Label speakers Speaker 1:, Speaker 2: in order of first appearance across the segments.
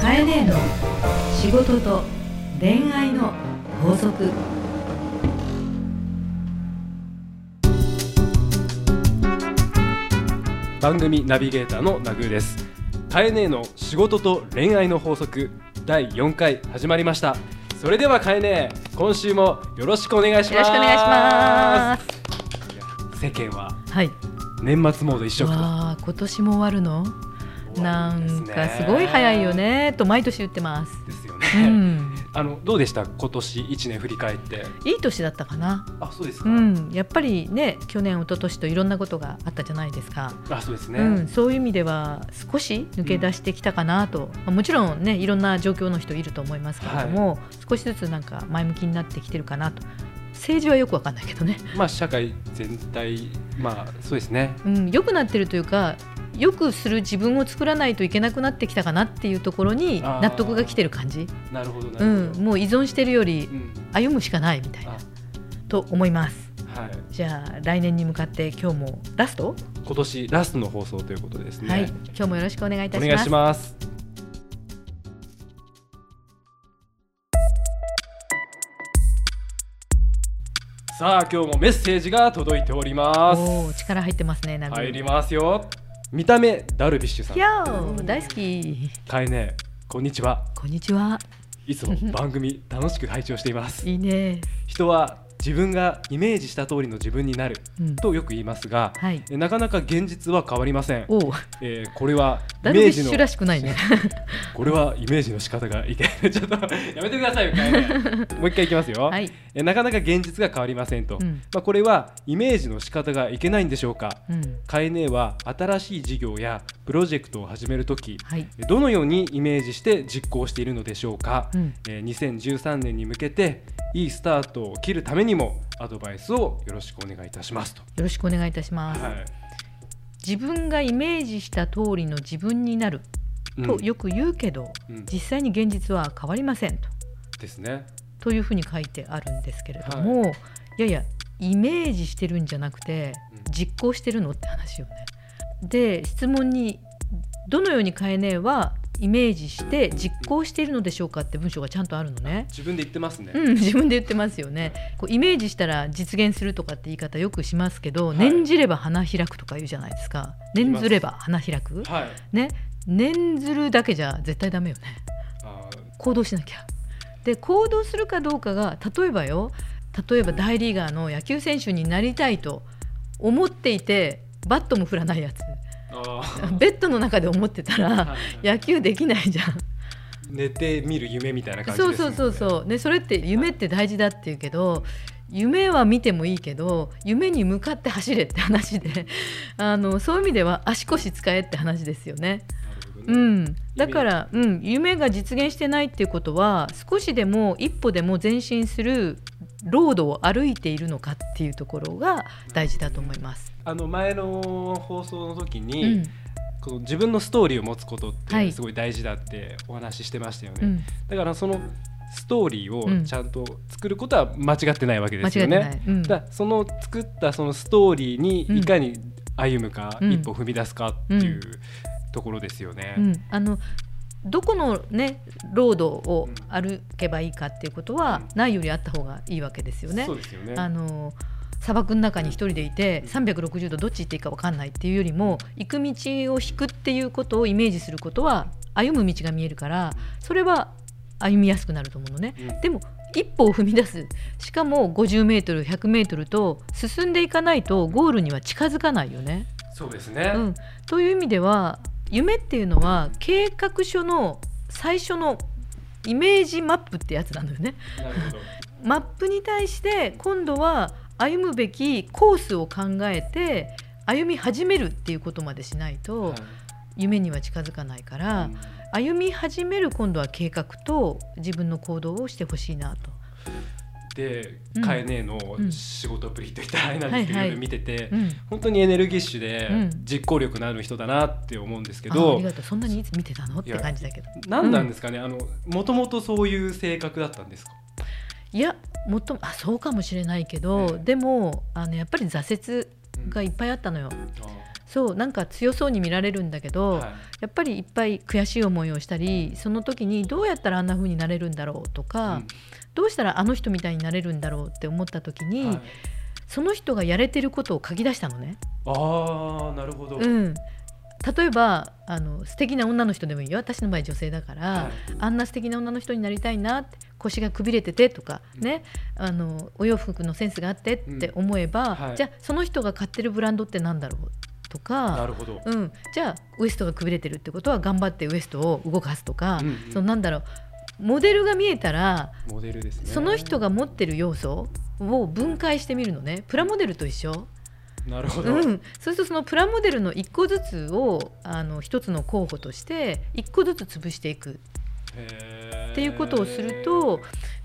Speaker 1: かえねえの仕事と恋愛の法則
Speaker 2: 番組ナビゲーターのナグーですカエネーの仕事と恋愛の法則第4回始まりましたそれではカエネー今週もよろしくお願いします
Speaker 1: よろしくお願いします
Speaker 2: 世間は
Speaker 1: はい
Speaker 2: 年末モード一色と
Speaker 1: わあ今年も終わるのなんかすごい早いよねと毎年言ってます
Speaker 2: ですよ
Speaker 1: う
Speaker 2: ね、
Speaker 1: ん
Speaker 2: あのどうでした今年1年振り返って
Speaker 1: いい年だったかな
Speaker 2: あそうです
Speaker 1: う
Speaker 2: か、
Speaker 1: んやっぱりね去年一昨年といろんなことがあったじゃないですか
Speaker 2: あそうですね、
Speaker 1: うん、そういう意味では少し抜け出してきたかなと、まあもちろんねいろんな状況の人いると思いますけれども、少しずつなんか前向きになってきてるかなと政治はよくわかんないけどね、
Speaker 2: まあ社会全体まあそうですね
Speaker 1: うん、良くなってるというかよくする自分を作らないといけなくなってきたかなっていうところに
Speaker 2: あー
Speaker 1: 納得が来てる感じ、
Speaker 2: なるほどな
Speaker 1: う
Speaker 2: る
Speaker 1: ん
Speaker 2: ほ、ど、
Speaker 1: もう依存してるより
Speaker 2: うん
Speaker 1: 歩むしかないみたいなと思います
Speaker 2: あはい
Speaker 1: じゃあ来年に向かって今日もラスト、
Speaker 2: 今年ラストの放送ということですね、
Speaker 1: はい今日もよろしくお願いいた
Speaker 2: お
Speaker 1: し
Speaker 2: 願い
Speaker 1: ます
Speaker 2: しますさあ今日もメッセージが届いております
Speaker 1: おー力入ってますねナビ
Speaker 2: 入りますよ見た目ダルビッシュさん
Speaker 1: やー大好き
Speaker 2: かえねこんにちは
Speaker 1: こんにちはい
Speaker 2: つも 番組楽しく拝聴しています
Speaker 1: いいね、
Speaker 2: 人は自分がイメージした通りの自分になる
Speaker 1: うん、
Speaker 2: とよく言いますが
Speaker 1: はい
Speaker 2: えなかなか現実は変わりません、
Speaker 1: おう
Speaker 2: えーこれはイ
Speaker 1: ダルビ
Speaker 2: メー
Speaker 1: ッ
Speaker 2: ジ
Speaker 1: シ
Speaker 2: の
Speaker 1: ュらしくないね
Speaker 2: これはイメージの仕方がいけないちょっとやめてく ださいよ、カエネもう一回いきますよ、
Speaker 1: はい、
Speaker 2: えなかなか現実が変わりませんと、
Speaker 1: うん
Speaker 2: まあ、これはイメージの仕方がいけないんでしょうか
Speaker 1: うん、
Speaker 2: カエネは新しい事業やプロジェクトを始めるとき
Speaker 1: はい、
Speaker 2: どのようにイメージして実行しているのでしょうか、
Speaker 1: うん、
Speaker 2: えー2013年に向けていいスタートを切るためにもアドバイスをよろしくお願いいたしますと、
Speaker 1: よろしくお願いいたします、
Speaker 2: は
Speaker 1: 自分がイメージした通りの自分になる
Speaker 2: いうん
Speaker 1: とよく言うけど、
Speaker 2: うん
Speaker 1: 実際に現実は変わりませんと
Speaker 2: ですね
Speaker 1: というふうに書いてあるんですけれども、い、やいやイメージしてるんじゃなくて
Speaker 2: うん
Speaker 1: 実行してるのって話よね。で質問に「どのように変えねえ」はイメージして実行しているのでしょうかって文章がちゃんとあるのね。
Speaker 2: 自分で言ってますね、
Speaker 1: うん、自分で言ってますよねこうイメージしたら実現するとかって言い方よくしますけど、
Speaker 2: はい
Speaker 1: 念じれば花開くとか言うじゃないですか念ずれば花開く
Speaker 2: はい
Speaker 1: ね念ずるだけじゃ絶対ダメよね
Speaker 2: あー
Speaker 1: 行動しなきゃで行動するかどうかが例えばよ例えば大リーガーの野球選手になりたいと思っていてバットも振らないやつ
Speaker 2: あー
Speaker 1: ベッドの中で思ってたら
Speaker 2: はい
Speaker 1: 野球できないじゃん
Speaker 2: 寝て見る夢みたいな感じ
Speaker 1: そう
Speaker 2: です
Speaker 1: そ
Speaker 2: も
Speaker 1: うんそうそう
Speaker 2: ね
Speaker 1: ねそれって夢って大事だっていうけど夢は見てもいいけど夢に向かって走れって話であのそういう意味では足腰使えって話ですよね。
Speaker 2: なるほど
Speaker 1: う
Speaker 2: ね
Speaker 1: ん、だから、うん、夢が実現してないっていうことは少しでも一歩でも前進するロードを歩いているのかっていうところが大事だと思います。
Speaker 2: あの前の放送の時
Speaker 1: う
Speaker 2: に、
Speaker 1: ん
Speaker 2: この自分のストーリーを持つことっ
Speaker 1: は
Speaker 2: て
Speaker 1: い
Speaker 2: すごい大事だってお話ししてましたよね、
Speaker 1: うん、
Speaker 2: だからそのストーリー
Speaker 1: うん
Speaker 2: をちゃんと作ることは間違ってないわけ
Speaker 1: 間違
Speaker 2: で
Speaker 1: っ
Speaker 2: すよ
Speaker 1: て
Speaker 2: ね、
Speaker 1: ない。うん
Speaker 2: だからその作ったそのストーリーに
Speaker 1: うん
Speaker 2: いかに歩むか、
Speaker 1: うん
Speaker 2: 一歩踏み出すかっていうところですよね、
Speaker 1: うん、あのどこのねロードを歩けばいいかっていうことは、
Speaker 2: うん
Speaker 1: ないよりあった方がいいわけですよね。
Speaker 2: そうですよね
Speaker 1: あの砂漠の中に一人でいて360度どっち行っていいか分かんないっていうよりも行く道を引くっていうことをイメージすることは歩む道が見えるからそれは歩みやすくなると思うのね。
Speaker 2: うん
Speaker 1: でも一歩を踏み出すしかも 50m100m と進んでいかないとゴールには近づかないよね。
Speaker 2: そうですね、
Speaker 1: うん、という意味では夢っていうのは計画書の最初のイメージマップってやつなんだよね。
Speaker 2: なるほど
Speaker 1: マップに対して今度は歩むべきコースを考えて歩み始めるっていうことまでしないと夢には近づかないから
Speaker 2: うん
Speaker 1: 歩み始める今度は計画と自分の行動をしてほしいなと。
Speaker 2: で、
Speaker 1: うん
Speaker 2: カエネの
Speaker 1: うん
Speaker 2: 仕事ぶりといったらあれなんですけど、
Speaker 1: はいはい
Speaker 2: いろいろ見てて、
Speaker 1: うん
Speaker 2: 本当にエネルギッシュで
Speaker 1: うん
Speaker 2: 実行力のある人だなって思うんですけ
Speaker 1: ああ
Speaker 2: ど、
Speaker 1: りがとうそんなにいつ見てたのっ
Speaker 2: い
Speaker 1: て
Speaker 2: や
Speaker 1: 感じだけど
Speaker 2: 何なんですかね、あのもともとそういう性格だったんですか、
Speaker 1: いやもっともあそうかもしれないけど、
Speaker 2: ええ
Speaker 1: でもあのやっぱり挫折がいっぱいあったのよ。
Speaker 2: あ
Speaker 1: そうなんか強そうに見られるんだけど、
Speaker 2: はい
Speaker 1: やっぱりいっぱい悔しい思いをしたりその時にどうやったらあんな風になれるんだろうとか、どうしたらあの人みたいになれるんだろうって思った時
Speaker 2: う
Speaker 1: に、
Speaker 2: んはい
Speaker 1: その人がやれてることを書き出したのね。
Speaker 2: ああなるほど、
Speaker 1: うん例えばあの素敵な女の人でもいいよ私の場合女性だから、
Speaker 2: はい
Speaker 1: あんな素敵な女の人になりたいなって腰がくびれててとかね、あのお洋服のセンスがあってって思えば、
Speaker 2: うんはい
Speaker 1: じゃあその人が買ってるブランドってなんだろうと
Speaker 2: な
Speaker 1: か、
Speaker 2: るほど、
Speaker 1: うん、じゃあウエストがくびれてるってことは頑張ってウエストを動かすとか、
Speaker 2: うんうん
Speaker 1: そのなんだろうモデルが見えたら
Speaker 2: モデルですね
Speaker 1: その人が持ってる要素を分解してみるのねプラモデルと一緒。
Speaker 2: なるほど、
Speaker 1: うん、そうするとそのプラモデルの1個ずつをあの1つの候補として1個ずつ潰していく
Speaker 2: っ
Speaker 1: っていうことをすると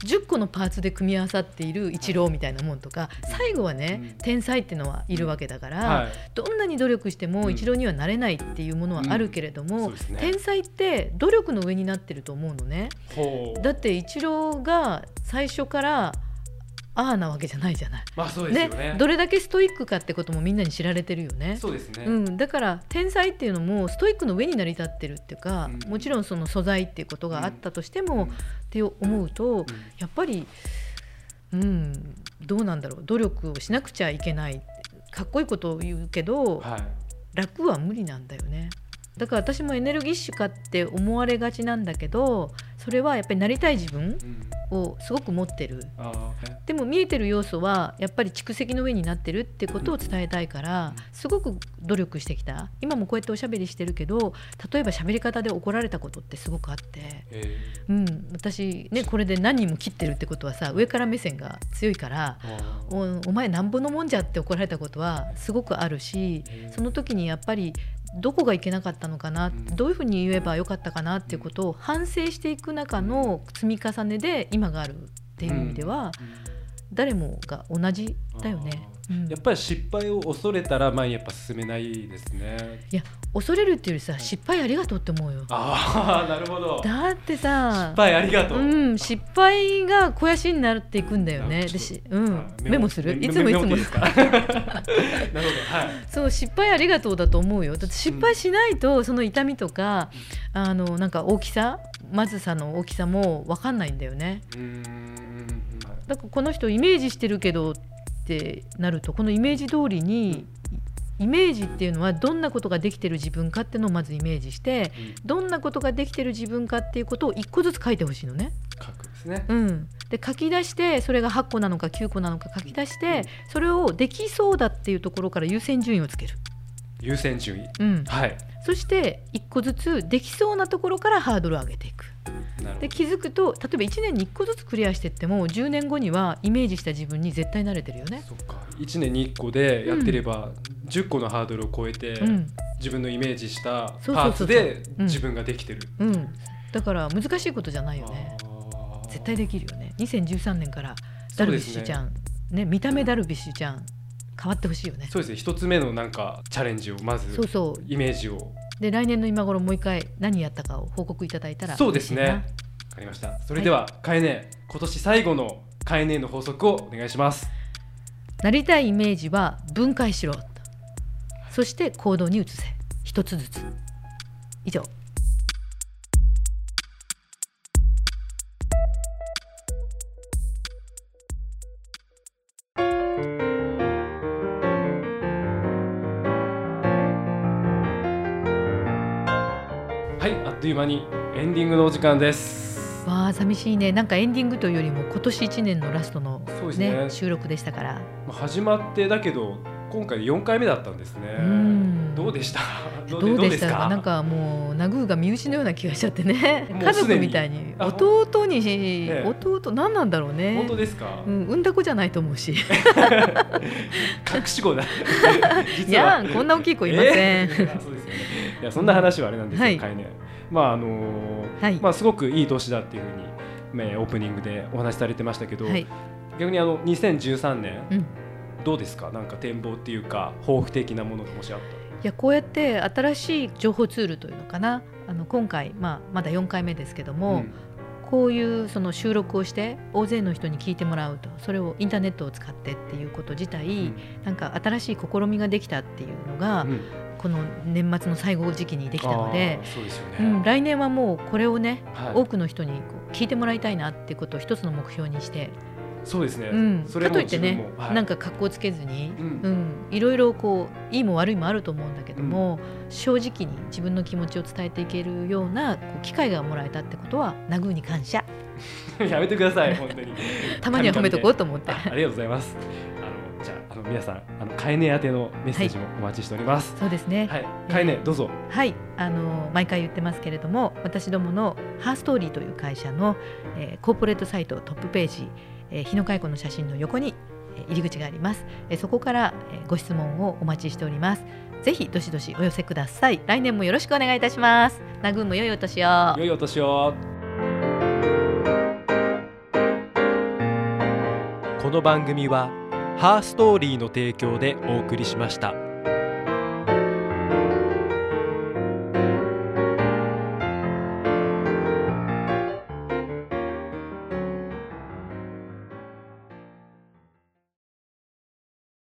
Speaker 1: 10個のパーツで組み合わさっている一郎みたいなもんとか最後は
Speaker 2: うん
Speaker 1: ね天才っていうのはいるわけだから
Speaker 2: はい、
Speaker 1: どんなに努力して
Speaker 2: う
Speaker 1: も
Speaker 2: ん
Speaker 1: 一郎にはなれないっていうものはあるけれど
Speaker 2: そ
Speaker 1: も
Speaker 2: うですね
Speaker 1: 天才って努力の上になってると思うのね。
Speaker 2: ほう
Speaker 1: だって一郎が最初からああなわけじゃないじゃない。
Speaker 2: まあそうですよ
Speaker 1: ね
Speaker 2: ね、
Speaker 1: どれだけストイックかってこともみんなに知られてるよね。
Speaker 2: そうですね、
Speaker 1: うん、だから天才っていうのもストイックの上に成り立ってるっていうか、
Speaker 2: うん
Speaker 1: もちろんその素材っていうことがあったとしても、
Speaker 2: うん
Speaker 1: って思うと、やっぱり、うん、どうなんだろう努力をしなくちゃいけないかっこいいことを言うけど、
Speaker 2: はい
Speaker 1: 楽は無理なんだよね。だから私もエネルギッシュかって思われがちなんだけどそれはやっぱりなりたい自分
Speaker 2: うん、
Speaker 1: をすごく持ってる
Speaker 2: ああ
Speaker 1: でも見えてる要素はやっぱり蓄積の上になってるってことを伝えたいからすごく努力してきた今もこうやっておしゃべりしてるけど例えば喋り方で怒られたことってすごくあって、
Speaker 2: え
Speaker 1: うん、私ねこれで何人も切ってるってことはさ上から目線が強いから
Speaker 2: ー、あー
Speaker 1: おお前なんぼのもんじゃって怒られたことはすごくあるし
Speaker 2: えー
Speaker 1: その時にやっぱりどこがいけなかったのかな
Speaker 2: うん
Speaker 1: どういうふうに言えばよかったかなっていうことを反省していく中の積み重ねで今があるっていう意味では。誰もが同じだよね。うん
Speaker 2: やっぱり失敗を恐れたら前にやっぱ進めないですね
Speaker 1: 恐れるっていうよりさ失敗ありがとうって思うよ。
Speaker 2: ああなるほど失
Speaker 1: だってさ
Speaker 2: 敗ありがとう、
Speaker 1: うん、失敗が肥やしになっていくんだよね。
Speaker 2: あちょっと
Speaker 1: でし、う
Speaker 2: あ
Speaker 1: ん、メモする
Speaker 2: メ
Speaker 1: いつもい
Speaker 2: メ
Speaker 1: つ
Speaker 2: モで
Speaker 1: も
Speaker 2: いいですか なるほどはい
Speaker 1: そう失敗ありがとうだと思うよだって失敗しないとその痛みとか、あのなんか大きさまずさの大きさも分かんないんだよね
Speaker 2: うーんはい
Speaker 1: だからこの人イメージしてるけどってなるとこのイメージ通りに、イメージっていうのはどんなことができてる自分かっていうのをまずイメージして
Speaker 2: うん
Speaker 1: どんなことができてる自分かっていうことを1個ずつ書いてほしいのね。
Speaker 2: 書くですね
Speaker 1: うん、で書き出してそれが8個なのか9個なのか書き出してそれをできそうだっていうところから優先順位をつける。
Speaker 2: 優先順位
Speaker 1: うん、
Speaker 2: はい
Speaker 1: そして1個ずつできそうなところからハードルを上げていく。
Speaker 2: なるほ
Speaker 1: で
Speaker 2: ど
Speaker 1: 気づくと例えば1年に1個ずつクリアしてっても10年後にはイメージした自分に絶対慣れてるよね。
Speaker 2: そっか1年に1個でやってれば10個のハードルを超えて、
Speaker 1: うん
Speaker 2: 自分のイメージした
Speaker 1: そうそうそうそう
Speaker 2: パーツで
Speaker 1: うん
Speaker 2: 自分ができてる、
Speaker 1: うん、だから難しいことじゃないよね。
Speaker 2: あー
Speaker 1: 絶対できるよね。2013年から
Speaker 2: そ
Speaker 1: ダ
Speaker 2: う
Speaker 1: ルビ
Speaker 2: で
Speaker 1: ッ
Speaker 2: す
Speaker 1: シ
Speaker 2: ね
Speaker 1: ュちゃん、ね見た目ダルビッシュちゃん変わってほしいよね。
Speaker 2: そうですね一つ目のなんかチャレンジをまず
Speaker 1: そうそう。
Speaker 2: イメージを
Speaker 1: で来年の今頃もう一回何やったかを報告いただいたら
Speaker 2: そうですね
Speaker 1: 嬉しい
Speaker 2: わ
Speaker 1: な
Speaker 2: かりましたそれでは、カエネ今年最後のカエネの法則をお願いします
Speaker 1: なりたいイメージは分解しろそして行動に移せ一つずつ以上
Speaker 2: はいあっという間にエンディングのお時間です
Speaker 1: わあ寂しいねなんかエンディングというよりも今年1年のラストの、
Speaker 2: そうですね
Speaker 1: ね収録でしたから
Speaker 2: まあ始まってだけど今回4回目だったんですね
Speaker 1: うん
Speaker 2: どうでしたど
Speaker 1: どうでした
Speaker 2: ど
Speaker 1: かなんかもうナグーが身内のような気がしちゃってね
Speaker 2: もう
Speaker 1: 家
Speaker 2: すで
Speaker 1: 族
Speaker 2: に
Speaker 1: みたいに
Speaker 2: あ
Speaker 1: 弟にし、
Speaker 2: ええ
Speaker 1: 弟何なんだろうね
Speaker 2: 本当ですか、
Speaker 1: うん、産んだ子じゃないと思うし
Speaker 2: 隠 し子だ
Speaker 1: い
Speaker 2: 実は
Speaker 1: やんこんな大きい子いません、
Speaker 2: えーそうですよねいやそんな話はあれなんですよ、
Speaker 1: はい
Speaker 2: カエネまああのー
Speaker 1: はい、
Speaker 2: まあ、すごくいい年だっていうふうに、えーオープニングでお話しされてましたけど、
Speaker 1: はい、
Speaker 2: 逆にあの2013年、
Speaker 1: うん
Speaker 2: どうですかなんか展望っていうか抱負的なものがもしあっ
Speaker 1: いやこうやって新しい情報ツールというのかなあの今回、まあ、まだ4回目ですけど
Speaker 2: たら、
Speaker 1: も、
Speaker 2: うん
Speaker 1: こういうその収録をして大勢の人に聞いてもらうとそれをインターネットを使ってっていうこと自体、
Speaker 2: うん
Speaker 1: なんか新しい試みができたっていうのが、
Speaker 2: うん
Speaker 1: この年末の最後時期にできたので
Speaker 2: あー、そうですよね、
Speaker 1: うん、来年はもうこれをね、
Speaker 2: はい
Speaker 1: 多くの人にこう聞いてもらいたいなってことを一つの目標にして、
Speaker 2: そうですね、
Speaker 1: うん、
Speaker 2: それ
Speaker 1: か
Speaker 2: も
Speaker 1: といってね
Speaker 2: 自分もはい
Speaker 1: なんか格好つけずに、
Speaker 2: う
Speaker 1: うんんいろいろこういいも悪いもあると思うんだけども、正直に自分の気持ちを伝えていけるようなこう機会がもらえたってことはナグーに感謝
Speaker 2: やめてください本当に
Speaker 1: たまには褒めとこうと思って
Speaker 2: あありがとうございますあのじゃああの皆さんあのカエネ宛てのメッセージもお待ちしております
Speaker 1: そうですね
Speaker 2: はい、カエネどうぞ
Speaker 1: はい、あの毎回言ってますけれども私どものハーストーリーという会社の、えーコーポレートサイトトップページ、えー日野海湖の写真の横に、えー入り口があります、えーそこから、えーご質問をお待ちしておりますぜひどしどしお寄せください来年もよろしくお願いいたしますナグーも良いお年を
Speaker 2: 良いお年を
Speaker 3: この番組はハーストーリーの提供でお送りしました。